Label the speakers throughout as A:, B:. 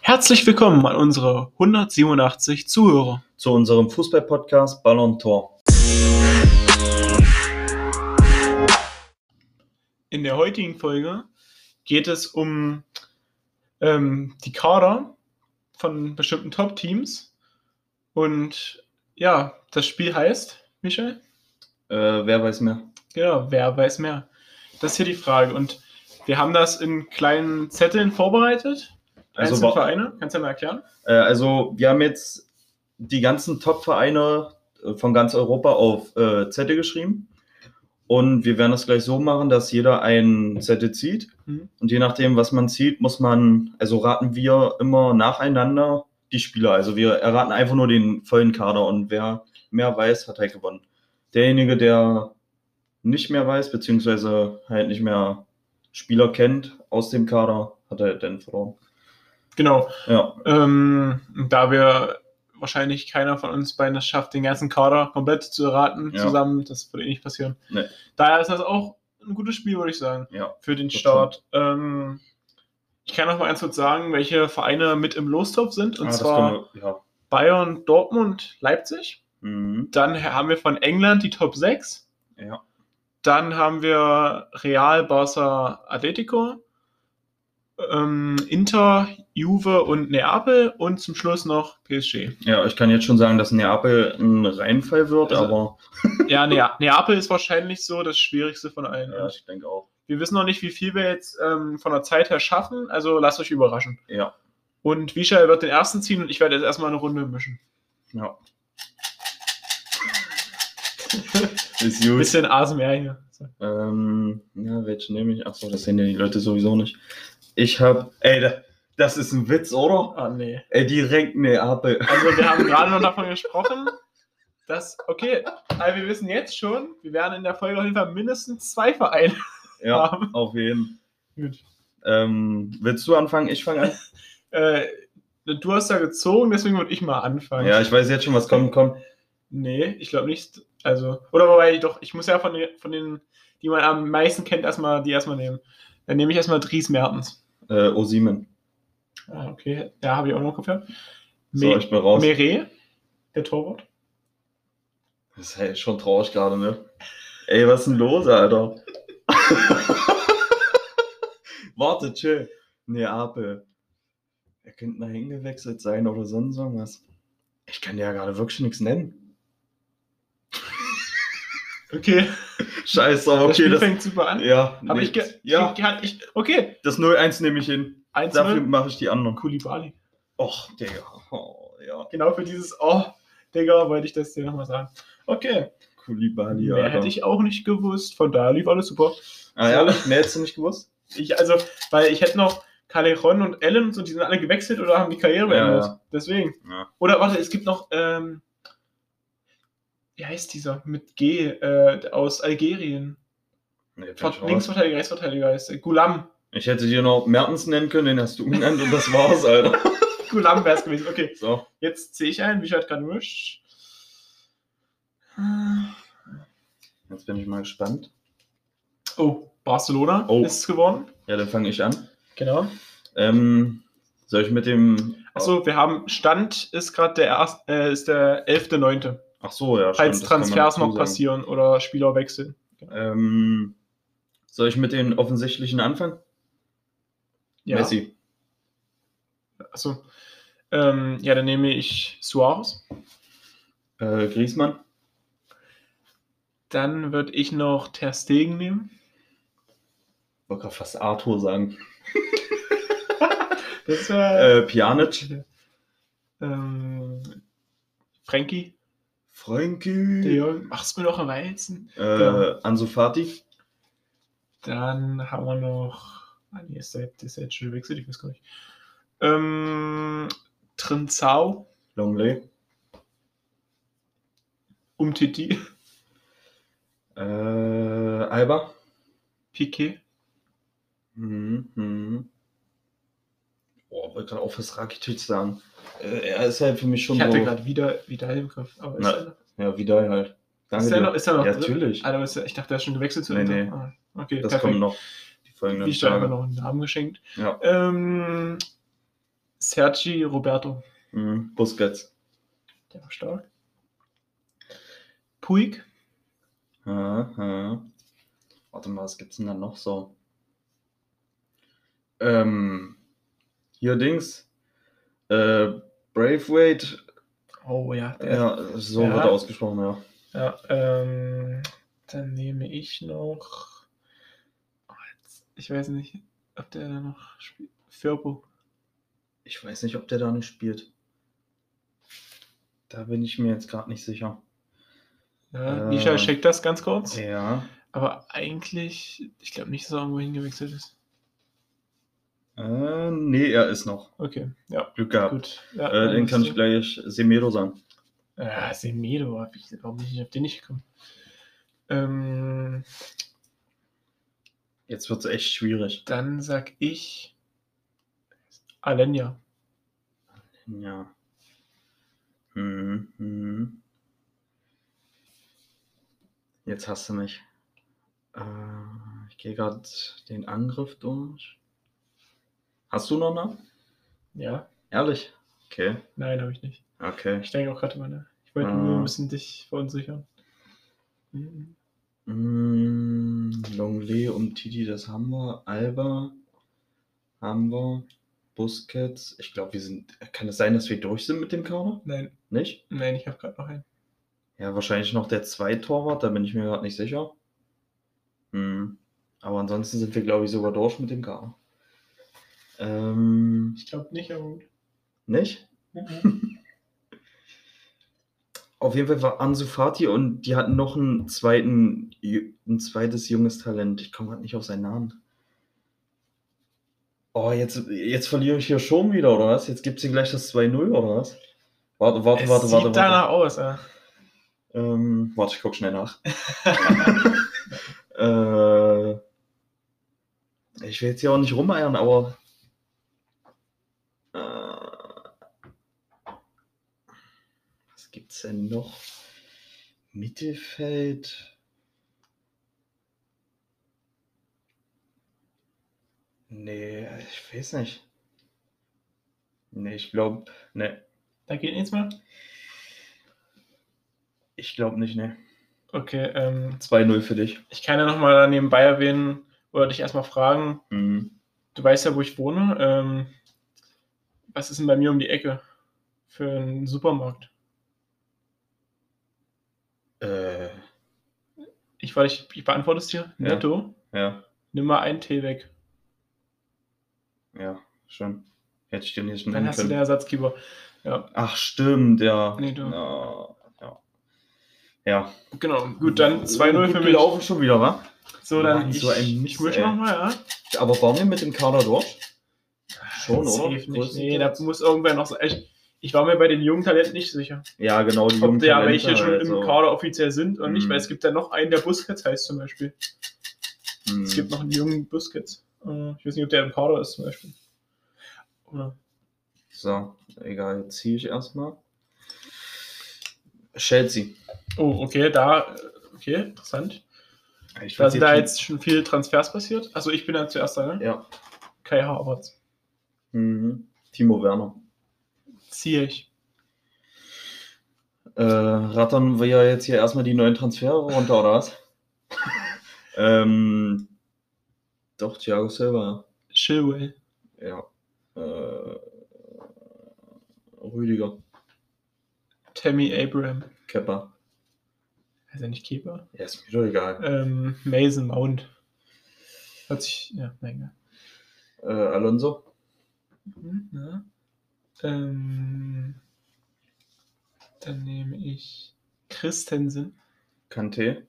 A: Herzlich willkommen an unsere 187 Zuhörer.
B: zu unserem Fußball-Podcast Ballon Tor.
A: In der heutigen Folge geht es um ähm, die Kader von bestimmten Top-Teams. Und ja, das Spiel heißt, Michael,
B: Äh, wer weiß mehr?
A: genau, wer weiß mehr. Das ist hier die Frage. Und wir haben das in kleinen Zetteln vorbereitet.
B: Also,
A: Einzelne
B: wa-
A: Vereine, kannst du ja mal erklären?
B: äh, also wir haben jetzt die ganzen Top-Vereine äh, von ganz Europa auf äh, Zettel geschrieben. Und wir werden das gleich so machen, dass jeder einen Zettel zieht.
A: Mhm.
B: Und je nachdem, was man zieht, muss man, also raten wir immer nacheinander die Spieler. Also wir erraten einfach nur den vollen Kader und wer mehr weiß, hat halt gewonnen. Derjenige, der nicht mehr weiß, beziehungsweise halt nicht mehr Spieler kennt aus dem Kader, hat halt dann verloren.
A: Genau.
B: Ja,
A: Ähm, da wir wahrscheinlich keiner von uns beiden es schafft, den ganzen Kader komplett zu erraten
B: Ja.
A: zusammen, das würde eh nicht passieren.
B: Nee.
A: Daher ist das auch ein gutes Spiel, würde ich sagen,
B: ja.
A: für den
B: Das
A: Start. Ähm, ich kann noch mal ganz kurz sagen, welche Vereine mit im Lostopf sind, und
B: Ah, das
A: zwar
B: können wir, ja.
A: Bayern, Dortmund, Leipzig.
B: Mhm.
A: Dann haben wir von England die Top 6.
B: Ja.
A: Dann haben wir Real, Barca, Atletico, ähm, Inter, Juve und Neapel und zum Schluss noch PSG.
B: ja, ich kann jetzt schon sagen, dass Neapel ein Reinfall wird,
A: Also-
B: aber
A: Ja, Nea Neapel ist wahrscheinlich so das Schwierigste von allen.
B: ja,
A: Und
B: ich denke auch.
A: wir wissen noch nicht, wie viel wir jetzt ähm, von der Zeit her schaffen, also lasst euch überraschen.
B: Ja,
A: Und Vishal wird den ersten ziehen und ich werde jetzt erstmal eine Runde mischen.
B: ja. Ist gut.
A: Bisschen ASMR hier. So.
B: Ähm, ja, welche nehme ich? Achso, das sehen ja die Leute sowieso nicht. Ich habe, ey, da- das ist ein Witz, oder?
A: Ah, nee.
B: Ey, direkt Neapel.
A: Also wir haben gerade noch davon gesprochen, dass, okay, aber wir wissen jetzt schon, wir werden in der Folge auf jeden Fall mindestens zwei Vereine
B: Ja,
A: haben.
B: auf jeden.
A: Gut.
B: Ähm, willst du anfangen? Ich fange an.
A: Äh, du hast da gezogen, deswegen würde ich mal anfangen.
B: Ja, ich weiß jetzt schon, was kommt. Komm,
A: Nee, ich glaube nicht. Also, oder wobei, doch, ich muss ja von den, von den die man am meisten kennt, erstmal die erstmal nehmen. Dann nehme ich erstmal Dries Mertens.
B: äh, Osimen.
A: Ah, okay, da habe ich auch noch Kopf. ja.
B: So,
A: Me
B: ich bin raus.
A: Mere, der Torwart.
B: Das ist halt schon traurig gerade, ne? Ey, was ist denn los, Alter? Warte, chill. Neapel. Er könnte nach hingewechselt sein oder sonst irgendwas. Ich kann dir ja gerade wirklich nichts nennen.
A: Okay,
B: Scheiße, aber
A: das
B: okay,
A: Spiel
B: das.
A: fängt super an.
B: Ja,
A: Habe
B: nee,
A: ich, ge
B: ja,
A: ich, hat ich Okay,
B: das 0-1 nehme ich hin.
A: 1
B: Dafür
A: 0
B: mache ich die anderen.
A: Kulibali.
B: Och, Digga. Oh, ja.
A: Genau für dieses Oh, Digga, wollte ich das dir nochmal sagen. Okay,
B: Kulibali,
A: mehr
B: Alter.
A: hätte ich auch nicht gewusst. Von daher lief alles super.
B: ah, ja, mehr hättest du nicht gewusst?
A: Ich, also, weil ich hätte noch Calderon und Allen und so, die sind alle gewechselt oder haben die Karriere
B: Ja,
A: beendet.
B: ja.
A: Deswegen.
B: Ja.
A: Oder warte, es gibt noch, ähm, wie heißt dieser? Mit G, äh, aus Algerien.
B: Nee, bin
A: Vert-
B: ich, raus.
A: Linksverteidiger, Rechtsverteidiger heißt er. Gulam.
B: ich hätte dir noch Mertens nennen können, den hast du genannt und das war's, Alter.
A: Gulam wäre es gewesen. Okay,
B: So.
A: jetzt sehe ich einen, wie hat gerade gemischt. Äh,
B: Jetzt bin ich mal gespannt.
A: Oh, Barcelona
B: Oh.
A: ist es geworden.
B: Ja, dann fange ich an.
A: Genau.
B: Ähm, soll ich mit dem.
A: Achso, Also, wir haben Stand ist gerade der erst, äh, ist der 11.9.
B: Ach so, ja.
A: Falls
B: das kann man
A: Transfers noch
B: dazu sagen.
A: passieren oder Spieler wechseln.
B: Ähm, soll ich mit den offensichtlichen anfangen? Messi.
A: Achso. also, Ähm, ja, dann nehme ich Suarez.
B: Äh, Griezmann.
A: Dann würde ich noch Ter Stegen nehmen.
B: Ich wollte gerade fast Arthur sagen.
A: Das wäre.
B: Äh, Pjanic.
A: ähm, Frankie. De
B: Frankie.
A: Jong. Mach's mir noch am Weizen.
B: Äh, Ansu Fati.
A: Dann haben wir noch. Ah, nee, ist der, der ist jetzt schon gewechselt, ich weiß gar nicht. Ähm, Trinzau.
B: Longley.
A: Umtiti.
B: Äh, Alba.
A: Piquet.
B: Mhm. Mhm. Boah, wollte gerade auch fast Rakitic sagen. Äh, er ist halt für mich schon
A: Ich hatte
B: so-
A: gerade wieder, wieder im Kopf. Aber ist,
B: Na,
A: der noch,
B: Ja, wieder halt. Danke
A: ist der
B: dir.
A: noch? Ist der noch?
B: ja,
A: drin?
B: natürlich.
A: Ah, da ist er- ich dachte, der ist schon gewechselt zu
B: Nee,
A: Inter.
B: nee.
A: Ah, okay,
B: Das
A: perfekt.
B: kommen noch die folgenden
A: Ich habe
B: Tage.
A: noch einen Namen geschenkt.
B: Ja.
A: Ähm, Sergi Roberto.
B: Mhm. Busquets.
A: Der war stark. Puig.
B: Aha. Warte mal, was gibt's denn da noch so? Ähm, hier Dings. Äh, Braithwaite.
A: Oh ja, der. Ja,
B: Ja, so
A: Ja.
B: wird er ausgesprochen, ja.
A: ähm, dann nehme ich noch. Oh, jetzt, ich weiß nicht, ob der da noch spielt. Firpo.
B: Ich weiß nicht, ob der da nicht spielt. Da bin ich mir jetzt gerade nicht sicher.
A: Ja,
B: Ja.
A: Nisha checkt das ganz kurz.
B: Ja.
A: Aber eigentlich, ich glaube nicht, dass er irgendwo hingewechselt ist.
B: Äh, nee, er ist noch.
A: Okay, ja,
B: Glück gehabt.
A: gut. Ja,
B: Äh,
A: dann
B: den
A: bist
B: kann
A: du.
B: ich gleich Semedo sagen.
A: Ah, Semedo, hab ich- warum bin ich auf den nicht gekommen? Ähm,
B: Jetzt wird es echt schwierig.
A: dann sag ich Alenia.
B: Ja. Hm, hm. Jetzt hast du mich. Äh, ich gehe gerade den Angriff durch. Hast du noch einen?
A: Ja?
B: Ehrlich? Okay.
A: Nein, habe ich nicht.
B: Okay.
A: Ich denke auch gerade mal, ne? Ich wollte
B: Ah.
A: nur ein bisschen dich verunsichern. Mhm.
B: Mm, Longley und Titi, das haben wir. Alba haben wir. Busquets. Ich glaube, wir sind. Kann es sein, dass wir durch sind mit dem Kader?
A: Nein,
B: Nicht?
A: nein, ich habe gerade noch einen.
B: Ja, wahrscheinlich noch der Zweitorwart, da bin ich mir gerade nicht sicher. Hm. Aber ansonsten sind wir, glaube ich, sogar durch mit dem Kader. Ähm,
A: Ich glaube nicht, aber gut.
B: nicht?
A: Mhm.
B: Auf jeden Fall war Ansu Fati und die hatten noch einen zweiten, ju- ein zweites junges Talent. Ich komme gerade nicht auf seinen Namen. Oh, jetzt, jetzt verliere ich hier schon wieder, oder was? Jetzt gibt es hier gleich das 2-0, oder was? Warte, warte,
A: es
B: warte,
A: sieht
B: warte, warte.
A: danach aus, ah.
B: Ähm, warte, ich guck schnell nach. äh, ich will jetzt hier auch nicht rumeiern, aber. Äh, was gibt's denn noch? Mittelfeld. Nee, ich weiß nicht. Nee, ich glaube. Nee,
A: Da geht nichts mehr.
B: ich glaube nicht, nee.
A: Okay, ähm,
B: 2-0 für dich.
A: ich kann ja nochmal nebenbei erwähnen oder dich erstmal fragen,
B: Mhm.
A: Du weißt ja, wo ich wohne. Ähm, was ist denn bei mir um die Ecke für einen Supermarkt?
B: Äh,
A: Ich, weil ich, ich beantworte es dir.
B: Ja.
A: Netto,
B: ja,
A: nimm mal einen Tee weg.
B: ja, schon. Hätte ich dir nicht
A: Dann
B: nennen
A: hast du den
B: können.
A: Ersatzkeeper. Ja,
B: Ach, stimmt, ja.
A: Nee, du.
B: Ja, ja. ja. Äh,
A: genau. Gut, dann 2-0
B: Gut
A: für mich.
B: gelaufen schon wieder, wa?
A: So, dann
B: Mann,
A: ich,
B: so ein
A: ich
B: Mist,
A: wisch
B: ey.
A: nochmal, ja?
B: Aber waren wir mit dem Kader durch? Schon,
A: Safe
B: oder?
A: nicht.
B: Größtenteils.
A: Nee, da muss irgendwer noch so. Ich, ich war mir bei den jungen Talenten nicht sicher,
B: Ja, genau, die jungen
A: ob der
B: Talente
A: welche schon
B: halt
A: im
B: so.
A: Kader offiziell sind oder nicht,
B: Mhm.
A: weil es gibt ja noch einen, der Busquets heißt zum Beispiel.
B: Hm.
A: Es gibt noch einen jungen Busquets. Äh, Ich weiß nicht, ob der im Kader ist zum Beispiel. Oder?
B: So, egal, jetzt ziehe ich erstmal. Chelsea.
A: Oh, okay, da, okay, interessant.
B: Ich
A: Da
B: weiß
A: sind da jetzt schon viele Transfers passiert. Also ich bin dann zuerst da, ne?
B: Ja.
A: Kai Havertz.
B: Mhm. Timo Werner.
A: Ziehe ich.
B: Äh, rattern wir ja jetzt hier erstmal die neuen Transfere runter, oder was? ähm, doch, Thiago Silva,
A: Chilwell.
B: ja. ja. Äh, Rüdiger,
A: Tammy Abraham.
B: Kepper.
A: Heißt er nicht Keeper?
B: Ja, ist mir doch egal.
A: Ähm, Mason Mount. Hört sich, ja, nein, ja.
B: Äh, Alonso,
A: Mhm, ja. Ähm, dann nehme ich Christensen.
B: Kante.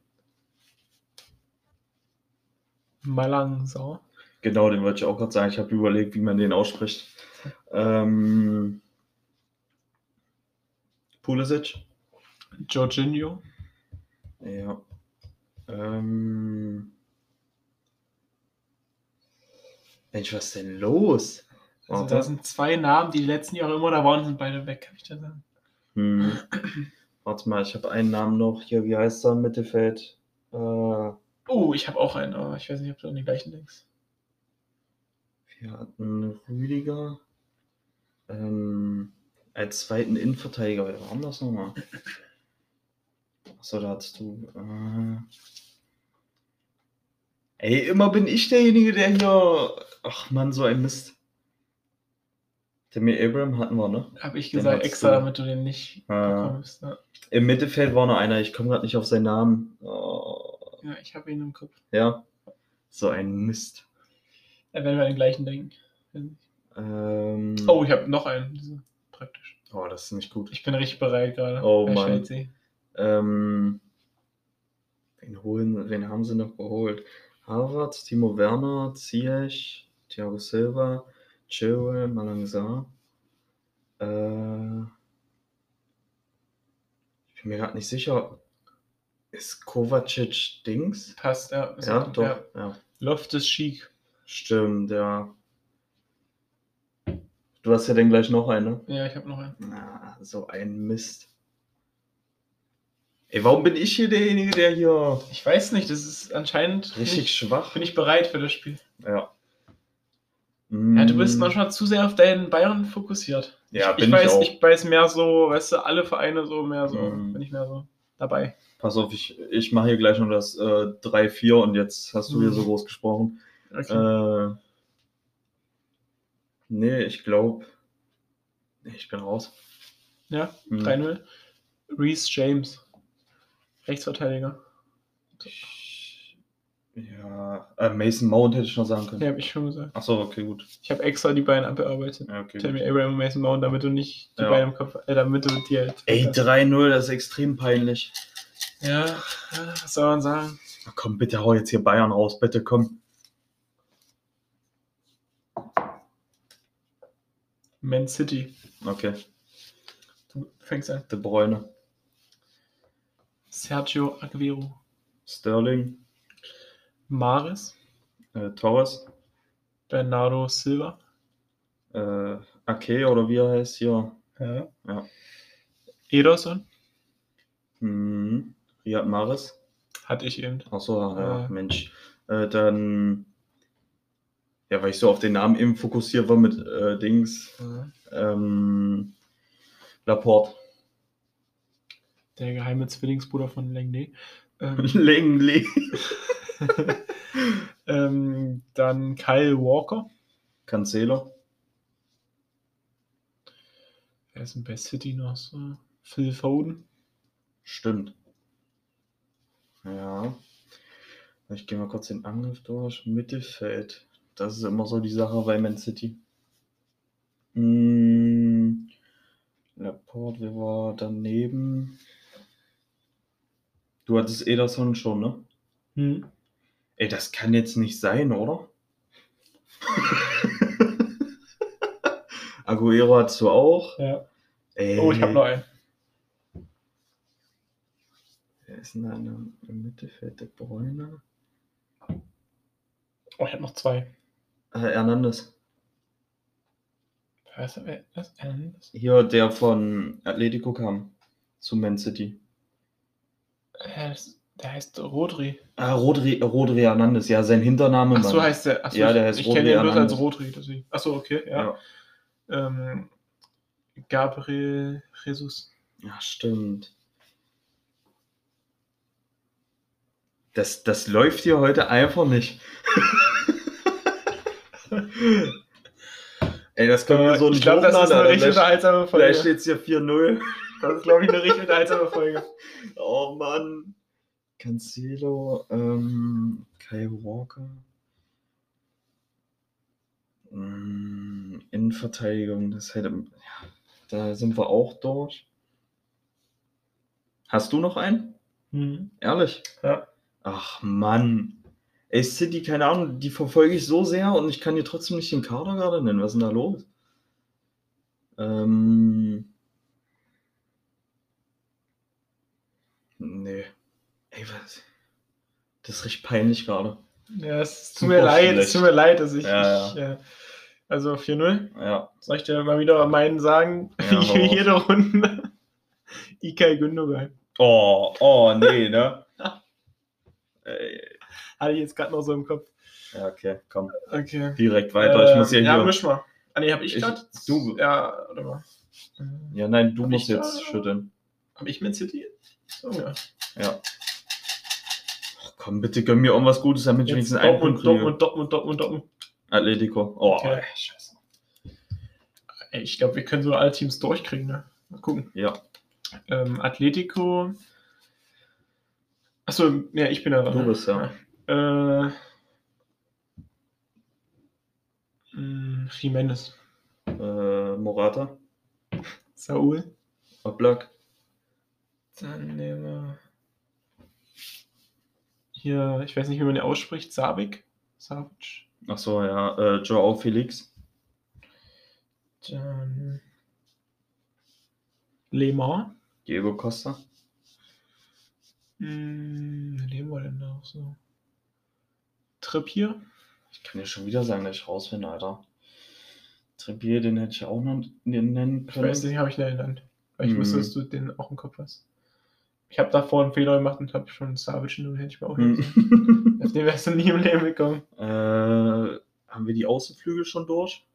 A: Malangsau.
B: Genau, den wollte ich auch gerade sagen. Ich habe überlegt, wie man den ausspricht. Ähm, Pulisic.
A: Jorginho.
B: Ja. Ähm. Mensch, was ist denn los?
A: Also
B: Warte.
A: da sind zwei Namen, die die letzten Jahre immer da waren, sind beide weg, kann ich dir sagen.
B: Hm. Warte mal, ich habe einen Namen noch hier. Wie heißt er im Mittelfeld? Äh, wir
A: Oh, ich habe auch einen, aber ich weiß nicht, ob du an den gleichen denkst.
B: hatten Rüdiger. ähm, als zweiten Innenverteidiger, wer war denn das nochmal? Achso, da hattest du. Äh, ey, immer bin ich derjenige, der hier. Ach man, so ein Mist. Tammy Abraham hatten wir, ne?
A: Habe ich
B: Den
A: gesagt,
B: hast
A: extra,
B: du. Ah,
A: damit du den nicht
B: Ja.
A: bekommst. Ne?
B: Im Mittelfeld war noch einer, ich komme gerade nicht auf seinen Namen. Oh,
A: Ja, ich habe ihn im Kopf.
B: ja, so ein Mist.
A: Äh, Wenn wir an den gleichen denken.
B: Ähm,
A: Oh, ich habe noch einen. Das ist Praktisch.
B: oh, das ist nicht gut.
A: Ich bin richtig bereit gerade.
B: Oh,
A: Wer
B: Mann.
A: stellt sie?
B: Ähm, wen, holen, wen haben sie noch geholt? Harvard, Timo Werner, Ziyech, Thiago Silva, Chilwell, Malangsa. Äh, ich bin mir gerade nicht sicher. Ist Kovacic Dings?
A: Passt, ja. Ist
B: Ja,
A: gut,
B: doch.
A: ja.
B: Ja.
A: Loftus Chic.
B: Stimmt, ja. Du hast ja dann gleich noch ne? eine.
A: Ja, ich habe noch einen.
B: Na, so ein Mist. Ey, warum bin ich hier derjenige, der hier
A: Ich weiß nicht, das ist anscheinend.
B: richtig
A: Bin ich,
B: schwach?
A: bin ich bereit für das Spiel.
B: Ja.
A: Ja, du bist
B: Mm,
A: manchmal zu sehr auf deinen Bayern fokussiert.
B: Ja,
A: ich,
B: bin ich,
A: weiß,
B: auch.
A: ich weiß mehr so, weißt du, alle Vereine so mehr so,
B: Mhm.
A: bin ich mehr so dabei.
B: Pass auf, ich, ich mache hier gleich noch das äh, 3-4 und jetzt hast du hier
A: Mhm.
B: so groß gesprochen.
A: Okay.
B: Äh, nee, ich glaube. Ich bin raus.
A: ja,
B: Mhm.
A: 3-0. Reese James, Rechtsverteidiger.
B: Ja, äh, Mason Mount hätte ich noch sagen können.
A: Ja, habe ich schon gesagt.
B: Achso, okay, gut.
A: Ich habe extra die beiden abgearbeitet.
B: Ja, okay, gut.
A: Tammy Abraham und Mason Mount, damit du nicht die
B: Ja.
A: beiden im Kopf, äh, damit du dir halt.
B: Ey, 3-0, das ist extrem peinlich.
A: ja, ja, was soll man sagen?
B: Ach komm, bitte hau jetzt hier Bayern raus, bitte komm.
A: Man City,
B: Okay,
A: du fängst an.
B: De Bruyne,
A: Sergio Aguero,
B: Sterling,
A: Maris,
B: äh, Torres,
A: Bernardo Silva.
B: äh, Ake oder wie er heißt hier.
A: Ja.
B: Ja.
A: Ederson,
B: Mhm. Riyad Mahrez.
A: hatte ich eben.
B: Achso, ja,
A: Ja.
B: Mensch. Äh, dann, ja, weil ich so auf den Namen eben fokussiert war mit äh, Dings, ähm, Laporte.
A: Der geheime Zwillingsbruder von Lengde. Ähm,
B: Langley.
A: ähm, dann Kyle Walker.
B: Cancelo.
A: Wer ist denn bei City noch so? Phil Foden.
B: Stimmt. Ja. Ich gehe mal kurz den Angriff durch. Mittelfeld. Das ist immer so die Sache bei Man City. Mm, Laporte, wer war daneben? Du hattest Ederson schon, ne?
A: Hm.
B: Ey, das kann jetzt nicht sein, oder? Aguero hattest du auch.
A: Ja.
B: Ey.
A: Oh, ich habe noch einen.
B: Wer ist denn da in der- im Mittelfeld? Der Bräune?
A: Oh, ich habe noch zwei.
B: Äh, Hernandez.
A: Wer ist denn- wer ist denn das?
B: Hier, der von Atletico kam. Zu Man City.
A: Äh, das- Der heißt Rodri.
B: Ah, Rodri, Rodri Hernandez. Ja, sein Hintername.
A: Ach so
B: Mann.
A: heißt der. Ach so,
B: Ja,
A: ich-
B: der heißt
A: Ich
B: Rodri
A: kenne ihn bloß als
B: Hernandez.
A: Rodri. Deswegen. Ach so, okay, ja.
B: Ja.
A: Ähm, Gabriel Jesus.
B: ja, stimmt. Das, das läuft hier heute einfach nicht. Ey, das können wir so
A: Äh, ich
B: nicht
A: glaube, das ist eine
B: hochladen, Alter.
A: richtig unterhaltsame Folge.
B: Vielleicht steht es hier 4-0.
A: Das ist, glaube ich, eine richtig unterhaltsame Folge.
B: Oh Mann. Cancelo, ähm, Kyle Walker. Mm, Innenverteidigung, das hätte. Ja, da sind wir auch durch. Hast du noch einen? Hm. Ehrlich?
A: Ja.
B: Ach Mann. Ey, City, keine Ahnung, die verfolge ich so sehr und ich kann dir trotzdem nicht den Kader gerade nennen. Was ist denn da los? Ähm. Nee. Ey, was? Das ist richtig peinlich gerade.
A: Ja, es tut
B: Super
A: mir leid,
B: schlecht.
A: es tut mir leid, dass ich.
B: Ja,
A: ich äh, also 4-0.
B: Ja.
A: Soll ich dir mal wieder meinen sagen?
B: Ja,
A: Wie
B: hau raus.
A: jede Runde. Ikay Gündogan.
B: Oh, oh, nee, ne? Ey,
A: Hatte ich jetzt gerade noch so im Kopf.
B: ja, okay, komm.
A: Okay.
B: Direkt weiter. ich muss hier
A: Ähm, ja,
B: hier.
A: misch mal. Ah, nee, hab ich
B: Ich-
A: gerade?
B: du-
A: Ja, warte mal. Äh,
B: Ja, nein, du
A: Hab
B: musst
A: ich
B: jetzt
A: da-
B: schütteln.
A: Hab ich Man City? Oh, ja.
B: Ach, komm, bitte gönn mir irgendwas Gutes, damit ich
A: Jetzt
B: wenigstens einen Punkt
A: Dortmund,
B: kriege.
A: Dortmund, Dortmund, Dortmund, Dortmund.
B: Atletico. Oh,
A: Okay.
B: scheiße.
A: Ey, ich glaube, wir können so alle Teams durchkriegen, ne? Mal gucken.
B: Ja.
A: Ähm, Atletico. Achso, ja, ich bin da dran.
B: Du
A: ne?
B: bist ja.
A: Äh, mh, hm, Jimenez.
B: Äh, Morata,
A: Saul.
B: Oblak,
A: Dann nehmen wir. Hier, ich weiß nicht, wie man den ausspricht. Savik. Savic.
B: achso, ja, äh, Joao Felix,
A: Dann. Lemar.
B: Diego Costa,
A: Hm, wen nehmen wir denn noch so? Trippier.
B: Ich kann dir schon wieder sagen, dass ich raus bin, Alter. Trippier, den hätte ich auch noch nennen
A: Ich
B: können.
A: weiß nicht, habe ich leider genannt. Weil ich
B: Hm.
A: wusste, dass du den auch im Kopf hast. Ich habe davor einen Fehler gemacht und habe schon Savic und hätte ich mir auch hm.
B: Hm.
A: Auf den wärst du nie im Leben gekommen.
B: äh, haben wir die Außenflügel schon durch?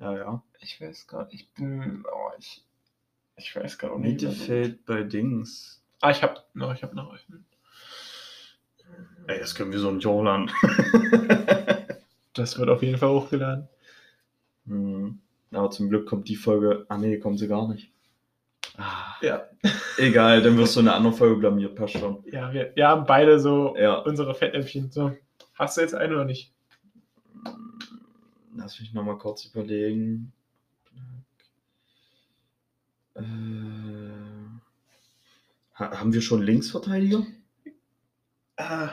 B: Ja, ja.
A: Ich weiß gar nicht. Ich bin. Oh, ich, ich weiß gar nicht. wie man so-
B: Mittelfeld bei Dings.
A: Ah, ich habe noch, ich habe noch einen.
B: Ey, das können wir so ein Jolan.
A: Das wird auf jeden Fall hochgeladen.
B: hm. Aber zum Glück kommt die Folge. Ah, nee, kommt sie gar nicht. Ah,
A: Ja.
B: egal, dann wirst du in einer anderen Folge blamiert, passt schon.
A: Ja, wir, wir haben beide so äh,
B: Ja.
A: unsere Fettäpfchen. So. Hast du jetzt einen oder nicht?
B: Lass mich nochmal kurz überlegen. Äh, ha haben wir schon Linksverteidiger?
A: Ah.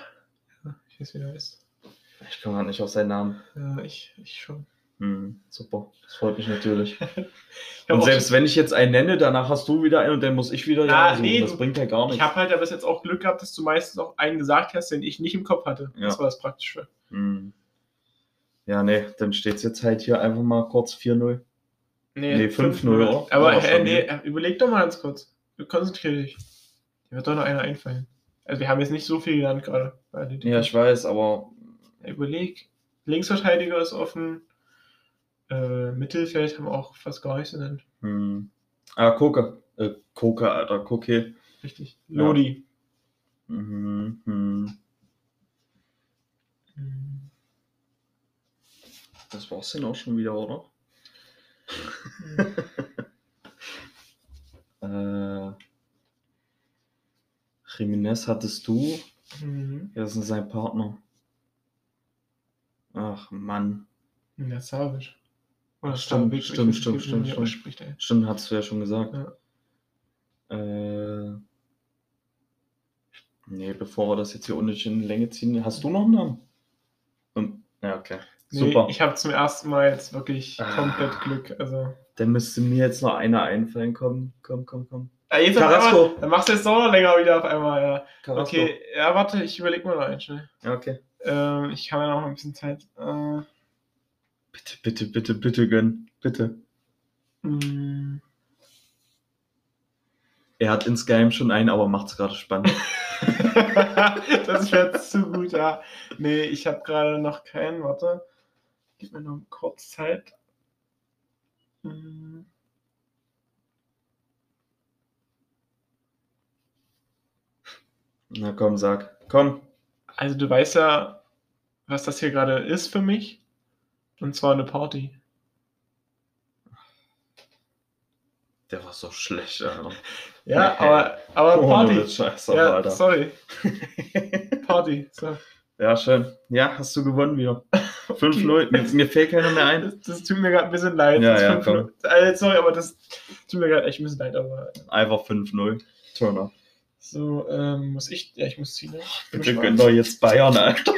A: Ja, Ich weiß, wie der heißt.
B: Ich komme gerade nicht auf seinen Namen.
A: Ja, ich, ich schon.
B: Hm, super, das freut mich natürlich.
A: Ich hab
B: Und
A: auch
B: selbst wenn ich jetzt einen nenne, danach hast du wieder einen und dann muss ich wieder
A: Ah,
B: suchen.
A: nee,
B: Das
A: du-
B: bringt ja gar
A: Ich
B: nichts.
A: habe halt aber bis jetzt auch Glück gehabt, dass du meistens auch einen gesagt hast, den ich nicht im Kopf hatte.
B: Ja.
A: Das war das Praktische.
B: Hm. Ja, nee, dann steht es jetzt halt hier einfach mal kurz 4-0. Nee, 5-0 auch.
A: Aber
B: Ja,
A: äh,
B: schon
A: nee, äh, überleg doch mal ganz kurz. Du konzentrier dich. Dir wird doch noch einer einfallen. Also wir haben jetzt nicht so viel gelernt gerade. bei Atletico.
B: Ja, ich weiß, aber
A: Überleg. Linksverteidiger ist offen. Äh, Mittelfeld haben wir auch fast gar nichts genannt.
B: hm. Ah, Koke. Äh, Koke, Alter, Koke.
A: Richtig.
B: Ja.
A: Lodi.
B: Mhm, hm.
A: Hm.
B: Das war's denn auch schon wieder, oder? Äh, Jiménez hattest du.
A: Hm.
B: Ja, das ist sein Partner. Ach Mann.
A: Ja, Savic. Oder
B: Stimmt,
A: Savic, ich
B: stimmt,
A: weiß nicht, wie
B: stimmt,
A: man den
B: stimmt, stimmt.
A: ausspricht, ey.
B: Stimmt, hast du ja schon gesagt. Äh, nee, bevor wir das jetzt hier unnötig in die Länge ziehen, hast du noch einen Namen? Hm, Ja, okay.
A: Nee,
B: Super.
A: Ich habe zum ersten Mal jetzt wirklich
B: Ah.
A: komplett Glück. Also.
B: Dann müsste mir jetzt noch einer einfallen. Komm, komm, komm, komm.
A: Ja, jetzt auf
B: Carrasco.
A: Einmal, dann machst du jetzt doch noch länger wieder auf einmal, ja.
B: Carrasco.
A: Okay, ja, warte, ich überlege mal noch einen schnell.
B: Ja, okay.
A: Ähm, ich habe ja noch ein bisschen Zeit. Äh,
B: Bitte, bitte, bitte, bitte gönn. Bitte.
A: mh,
B: Er hat insgeheim schon einen, aber macht's gerade spannend.
A: das wäre zu gut, ja. Nee, ich habe gerade noch keinen. Warte. Gib mir noch kurz Zeit. Mm.
B: Na komm, sag. Komm.
A: Also du weißt ja, was das hier gerade ist für mich. Und zwar eine Party.
B: Der war so schlecht, Alter.
A: Ja, aber, aber
B: Oh,
A: Party.
B: du bist scheiße,
A: ja,
B: Alter.
A: sorry. Party. So.
B: Ja, schön. Ja, hast du gewonnen wieder. 5-0. Mir, mir fällt keiner mehr ein.
A: Das, das tut mir gerade ein bisschen leid.
B: Ja,
A: das
B: ja,
A: fünf
B: komm.
A: Minuten- Äh, sorry, aber das tut mir gerade echt ein bisschen leid. Aber
B: Einfach 5-0. Turner.
A: so ähm, muss ich. Ja, ich muss ziehen. Ne?
B: Bitte
A: Muss
B: gönn
A: mal.
B: doch jetzt Bayern, Alter.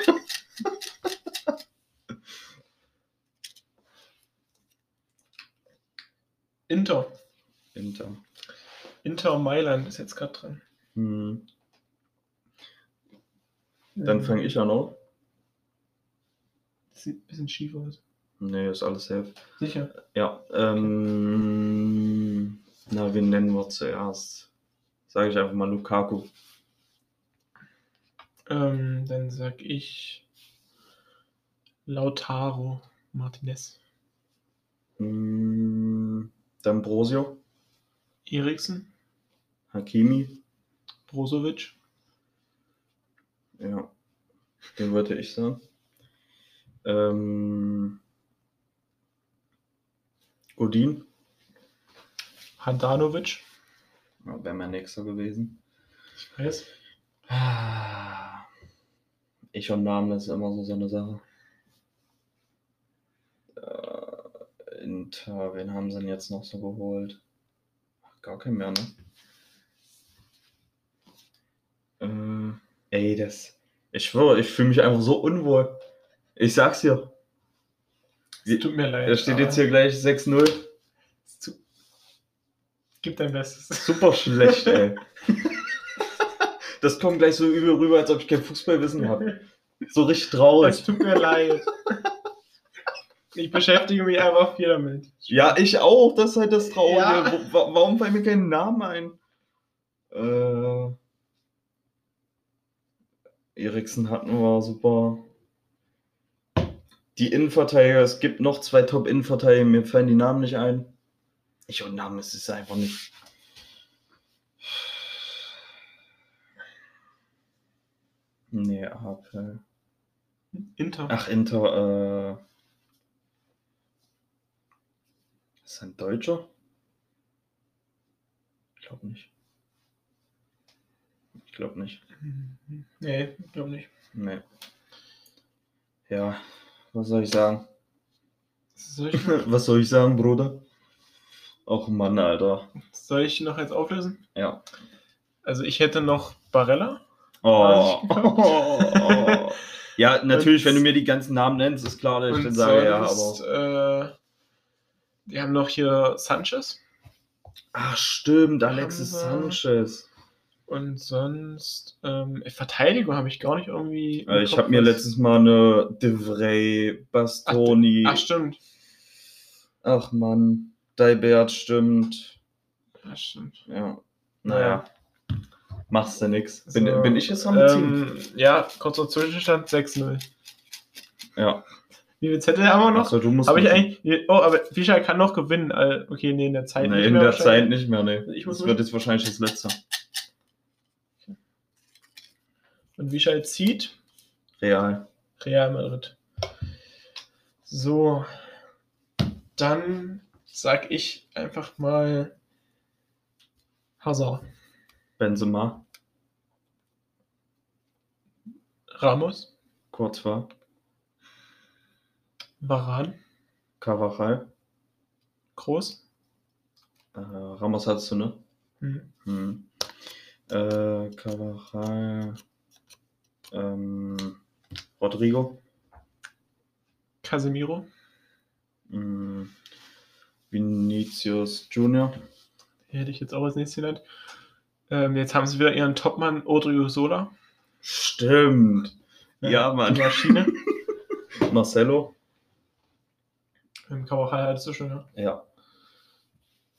A: Inter.
B: Inter.
A: Inter Mailand ist jetzt gerade dran.
B: Hm. Dann
A: Ähm,
B: fange ich an, oder?
A: Das sieht ein bisschen schief aus.
B: Nee, ist alles safe.
A: Sicher.
B: Ja. Ähm, na, wen nennen wir zuerst? Sage ich einfach mal Lukaku.
A: Ähm, dann sag ich Lautaro Martinez.
B: Mm, D'Ambrosio,
A: Eriksen,
B: Hakimi,
A: Brozovic.
B: ja, den würde ich sagen. Ähm, Godin,
A: Handanovic.
B: ja, wäre mein nächster gewesen.
A: Ich weiß.
B: Ah, Ich und Namen, das ist immer so, so eine Sache. Äh, Inter, wen haben sie denn jetzt noch so geholt? Ach, gar kein mehr, ne? Äh, ey, das. Ich schwöre, ich fühle mich einfach so unwohl. Ich sag's dir.
A: Es tut mir leid.
B: Da steht
A: aber
B: jetzt hier gleich 6-0.
A: es zu- Gib dein Bestes.
B: Super schlecht, ey. Das kommt gleich so übel rüber, als ob ich kein Fußballwissen habe. So richtig traurig.
A: Es tut mir leid. Ich beschäftige mich einfach viel damit.
B: Ja, ich auch. Das ist halt das Traurige.
A: Ja.
B: Wo- wa- Warum fallen mir keine Namen ein? Äh, Eriksen hatten wir super. Die Innenverteidiger, es gibt noch zwei Top-Innenverteidiger, mir fallen die Namen nicht ein. Ich und Namen ist es einfach nicht. Nee, Apel.
A: Inter.
B: Ach, Inter, äh. Ist er ein Deutscher? Ich glaube nicht. Ich glaube nicht.
A: Nee, glaube nicht.
B: Nee. Ja, was soll ich sagen?
A: Soll ich,
B: was soll ich sagen, Bruder? Auch Mann, Alter.
A: soll ich noch jetzt auflösen?
B: Ja.
A: Also ich hätte noch Barella.
B: Oh.
A: Ah,
B: ja, natürlich,
A: Und-
B: wenn du mir die ganzen Namen nennst, ist klar, dass ich
A: Und
B: dann sage, ja,
A: sonst,
B: aber.
A: äh, wir haben noch hier Sanchez.
B: Ach, stimmt, Alexis
A: Haben wir-
B: Sanchez.
A: Und sonst, ähm, Verteidigung habe ich gar nicht irgendwie. im
B: Äh, ich
A: Kopf,
B: habe mir
A: was-
B: letztens mal eine Devray, Bastoni.
A: Ach,
B: Ach,
A: stimmt.
B: Mann, Deibert stimmt.
A: Ach, stimmt.
B: Ja. Naja. Machst du nix.
A: So,
B: Bin, bin ich jetzt am Beziehen?
A: also, Ähm, ja, kurzer Zwischenstand 6-0.
B: Ja.
A: Wie viel Zettel haben wir noch?
B: Achso, du musst.
A: Habe ich
B: mit-
A: eigentlich. Oh, aber Fischer kann noch gewinnen. Äh, Okay, nee, in der Zeit
B: Nee,
A: nicht
B: in
A: mehr
B: der
A: wahrscheinlich.
B: Zeit nicht mehr, ne.
A: Ich muss
B: Das wird jetzt wahrscheinlich das letzte.
A: Und Fischer zieht
B: Real.
A: Real Madrid. So. Dann sag ich einfach mal Hazard.
B: Benzema,
A: Ramos,
B: kurz war.
A: Varan,
B: Carvajal.
A: Groß.
B: Äh, Ramos hattest du, ne?
A: Hm.
B: Hm. Äh, Carvajal. Ähm, Rodrigo.
A: Casemiro,
B: Mm, Vinicius Junior.
A: hätte ich jetzt auch als nächstes genannt. Ähm, jetzt haben sie wieder ihren Topmann Odrio Sola.
B: Stimmt. Ja, Mann.
A: Die Maschine.
B: Marcelo.
A: Im Kawachai hattest du schon, ja.
B: Ja.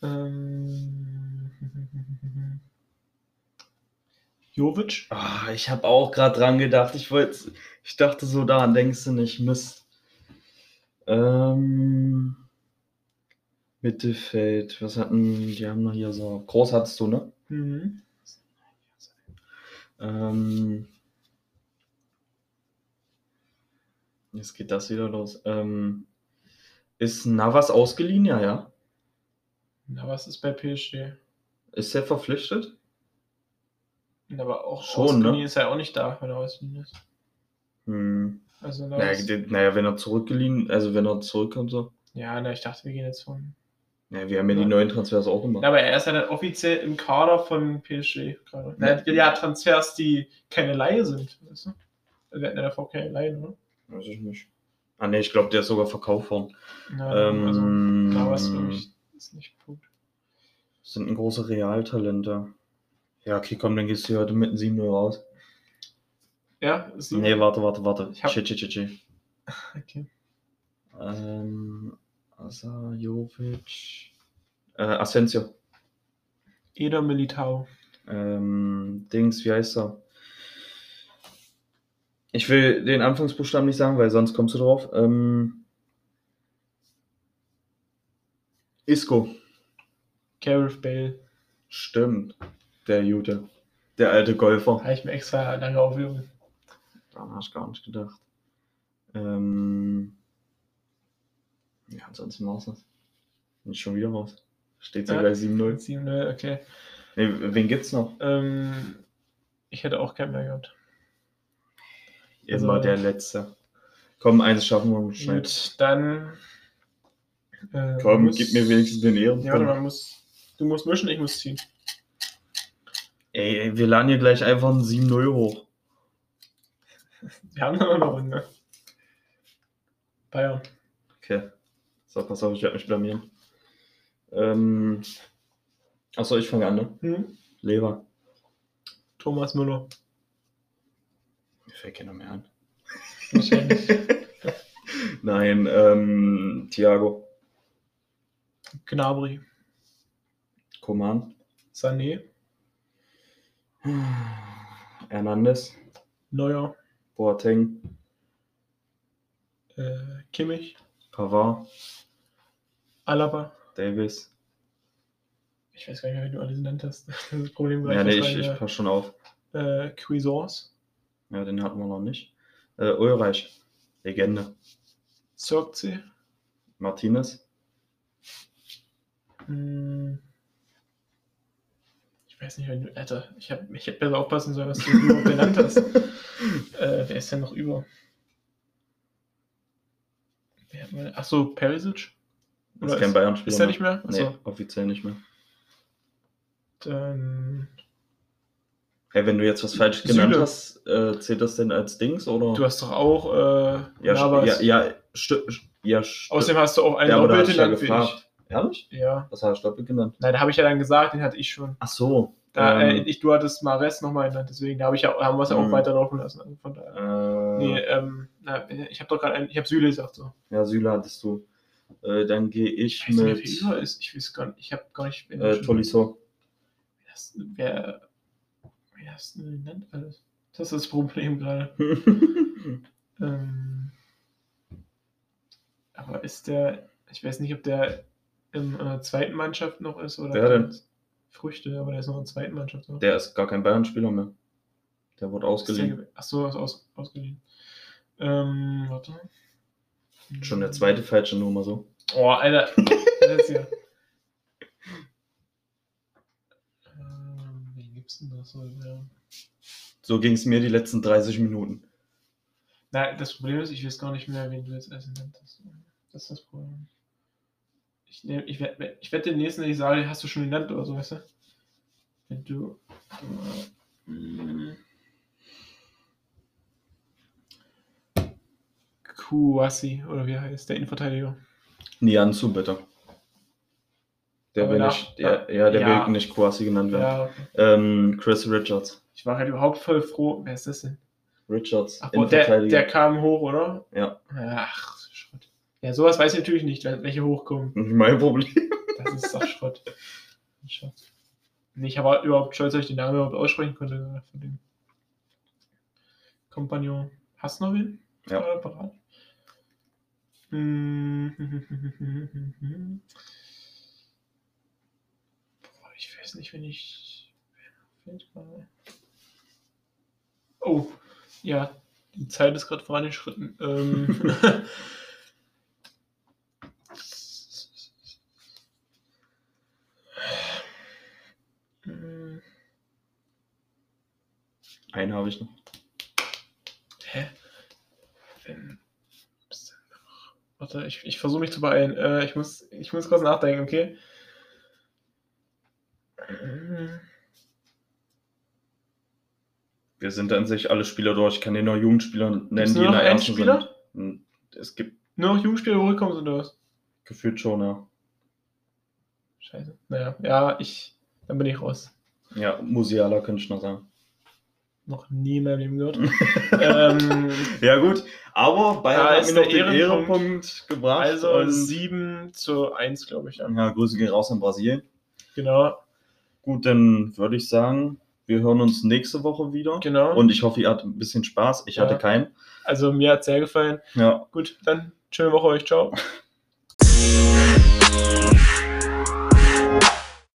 A: Ähm, Jovic,
B: Ah, ich habe auch gerade dran gedacht. Ich wollte, ich dachte so daran, denkst du nicht, Mist. Ähm, Mittelfeld, was hatten, die haben noch hier so, groß hattest du, ne?
A: mhm.
B: Ähm, jetzt geht das wieder los. Ähm, ist Navas ausgeliehen? Ja, ja.
A: Na, was ist bei PSG?
B: Ist er verpflichtet?
A: Aber auch
B: Schon,
A: ausgeliehen
B: ne?
A: ist ja auch nicht da, wenn er ausgeliehen ist.
B: Hm.
A: Also, na,
B: Naja,
A: was-
B: den- naja, wenn er zurückgeliehen, also wenn er zurückkommt, so.
A: ja, na, ich dachte, wir gehen jetzt von.
B: Naja, wir haben ja die neuen Transfers auch gemacht.
A: Na, aber er ist ja dann offiziell im Kader von PSG gerade.
B: Ja.
A: Na, Ja, Transfers, die keine Laie sind. Weißt du? Also, Wir hatten ja davor keine Laien, oder?
B: Weiß ich nicht. Ah ne, ich glaube, der ist sogar verkauft worden.
A: Na,
B: Ähm,
A: also, na, was für mich ist nicht gut.
B: Sind ein großer Realtalente. Ja, okay, komm, dann gehst du hier heute mit einem 7-0 raus.
A: Ja, ist so.
B: Nee, warte, warte, warte.
A: Ich hab-
B: Shit, shit, shit, shit.
A: Okay.
B: Ähm, Asa, Jovic. Äh, Asensio.
A: Eder Militao.
B: Ähm, Dings, wie heißt er? Ich will den Anfangsbuchstaben nicht sagen, weil sonst kommst du drauf. Ähm, Isco.
A: Gareth Bale.
B: Stimmt. Der Jute. Der alte Golfer.
A: Habe ich mir extra lange aufgehoben.
B: Daran hast du gar nicht gedacht. Ähm. Ja, ansonsten war's das. Bin ich schon wieder raus. Steht
A: Ja.
B: sogar 7-0.
A: 7-0, ne? okay.
B: Nee, wen gibt's noch?
A: Ähm, ich hätte auch keinen mehr gehabt. Also-
B: Immer der Letzte. Komm, eins schaffen wir schnell.
A: Gut, dann. äh,
B: Komm,
A: muss-
B: gib mir wenigstens den Ehren.
A: Ja, warte mal, muss, du musst mischen, ich muss ziehen.
B: ey, ey, wir laden hier gleich einfach ein 7-0 hoch.
A: Wir haben noch eine Runde. Bayern.
B: Okay. So, pass auf, ich werde mich blamieren. Ähm. Achso, ich fange an, ne?
A: Hm?
B: Leber.
A: Thomas Müller.
B: Mir fällt keiner mehr an.
A: Wahrscheinlich.
B: Nein, ähm, Thiago.
A: Gnabry.
B: Coman.
A: Sané.
B: Hernandez.
A: Neuer.
B: Boateng.
A: Äh, Kimmich.
B: Pavard.
A: Alaba.
B: Davis.
A: Ich weiß gar nicht mehr, wie du alle genannt hast. Das ist das Problem. weil
B: Ja, nee,
A: weiß
B: ich, ich
A: leider-
B: pass schon auf.
A: äh, Cuisance.
B: Ja, den hatten wir noch nicht. Äh, Ulreich. Legende.
A: Circe.
B: Martinez.
A: Hm. Ich weiß nicht, wenn du. Alter, ich hätte ich hab besser aufpassen sollen, was du überhaupt benannt hast. Äh, wer ist denn noch über? Wer hat mal- Achso, Perisic?
B: Das
A: Oder
B: ist kein
A: ist-
B: Bayern-Spieler.
A: Ist er nicht mehr?
B: Nee,
A: Achso.
B: offiziell nicht mehr.
A: Dann,
B: Hey, wenn du jetzt was falsch genannt
A: Süle.
B: hast, äh, zählt das denn als Dings oder?
A: du hast doch auch äh,
B: ja, st-
A: Navas.
B: ja, ja, sti- st- ja, sti-
A: Außerdem hast du auch einen
B: ja, aber da hab
A: doppelten
B: ich ja
A: Land für dich.
B: gefragt. Ehrlich?
A: Ja.
B: Was hast du doppelt genannt?
A: Nein, da habe ich ja dann gesagt, den hatte ich schon.
B: Ach so.
A: Da,
B: ähm,
A: äh, ich, du hattest Mares nochmal genannt, deswegen da habe ich ja, haben wir es ja auch
B: Mhm.
A: weiterlaufen lassen. Also von daher.
B: äh,
A: Nee, ähm, na, ich habe doch gerade einen, ich habe Süle gesagt so.
B: Ja, Süle hattest du. Äh, dann gehe ich
A: Ich weiß nicht, wer
B: mit
A: viel ist. Ich weiß gar nicht, ich habe gar nicht. wenn
B: äh,
A: schon-
B: Tolisso.
A: Wer ist- Wer, wer ist denn genannt alles? Das ist das Problem gerade. Ähm, aber ist der, ich weiß nicht, ob der in einer zweiten Mannschaft noch ist oder.
B: Wer denn?
A: Früchte, aber der ist noch in der zweiten Mannschaft. Noch.
B: Der ist gar kein Bayern-Spieler mehr. Der wurde
A: Ist der
B: ausgeliehen.
A: ge- Ach so, ist aus, ausgeliehen. Ähm, warte.
B: Schon der zweite falsche Nummer so.
A: Oh, Alter. Das ist ja. Ähm, wen gibt's denn da so? Ja.
B: So ging es mir die letzten 30 Minuten.
A: Na, das Problem ist, ich weiß gar nicht mehr, wen du jetzt essen nanntest. Das ist das Problem. Ich, nehm, ich, werd, ich werde den nächsten, den ich sage, hast du schon genannt oder so, weißt du? Wenn du. Äh, Kuwasi, oder wie er heißt, der Innenverteidiger.
B: Nian zu, bitte. Der
A: Aber
B: will
A: nach-
B: nicht, ja, ja, der
A: ja.
B: will nicht Kwasi genannt werden.
A: Ja,
B: Ähm, Chris Richards.
A: ich war halt überhaupt voll froh. Wer ist das denn?
B: Richards,
A: Ach, boah, der,
B: Innenverteidiger.
A: der kam hoch, oder?
B: Ja.
A: Ach, Schrott. Ja, sowas weiß ich natürlich nicht, wel- welche hochkommen.
B: Nicht mein Problem.
A: Das ist doch Schrott. Schrott. Nee, ich habe überhaupt stolz, dass ich den Namen überhaupt aussprechen konnte äh, von dem Kompagnon. Hast du noch wen?
B: Ja.
A: Gerade parat? Hm. Boah, ich weiß nicht, wenn ich. fehlt gerade. Oh, ja, die Zeit ist gerade vorangeschritten. Ähm. Hm,
B: Einen habe ich noch.
A: Hä? Wenn. was denn noch? Warte, ich, ich versuche mich zu beeilen. Äh, ich, muss, ich muss kurz nachdenken, okay? Hm.
B: Wir sind an sich alle Spieler durch. Ich kann dir nur Jugendspieler nennen,
A: Gibt's
B: die
A: nur
B: in
A: noch
B: der
A: einen
B: ersten
A: Spieler?
B: sind. Hm, Es gibt
A: Nur noch Jugendspieler hochgekommen sind oder was?
B: gefühlt schon, ja.
A: Scheiße. Naja, ja, ich. Dann bin ich raus.
B: Ja, Musiala könnte ich noch sagen.
A: Noch nie in meinem Leben gehört. ähm,
B: Ja, gut. Aber Bayern
A: Da
B: hat
A: ist
B: mir noch
A: der
B: den
A: Ehrenpunkt.
B: Ehrenpunkt gebracht.
A: also
B: und-
A: 7 zu 1, glaube ich. Ja.
B: ja, Grüße gehen raus an Brasilien.
A: Genau.
B: Gut, dann würde ich sagen, wir hören uns nächste Woche wieder.
A: genau.
B: Und ich hoffe, ihr hattet ein bisschen Spaß. Ich
A: Ja.
B: hatte keinen.
A: also mir hat es sehr gefallen.
B: Ja.
A: Gut, dann schöne Woche euch. Ciao.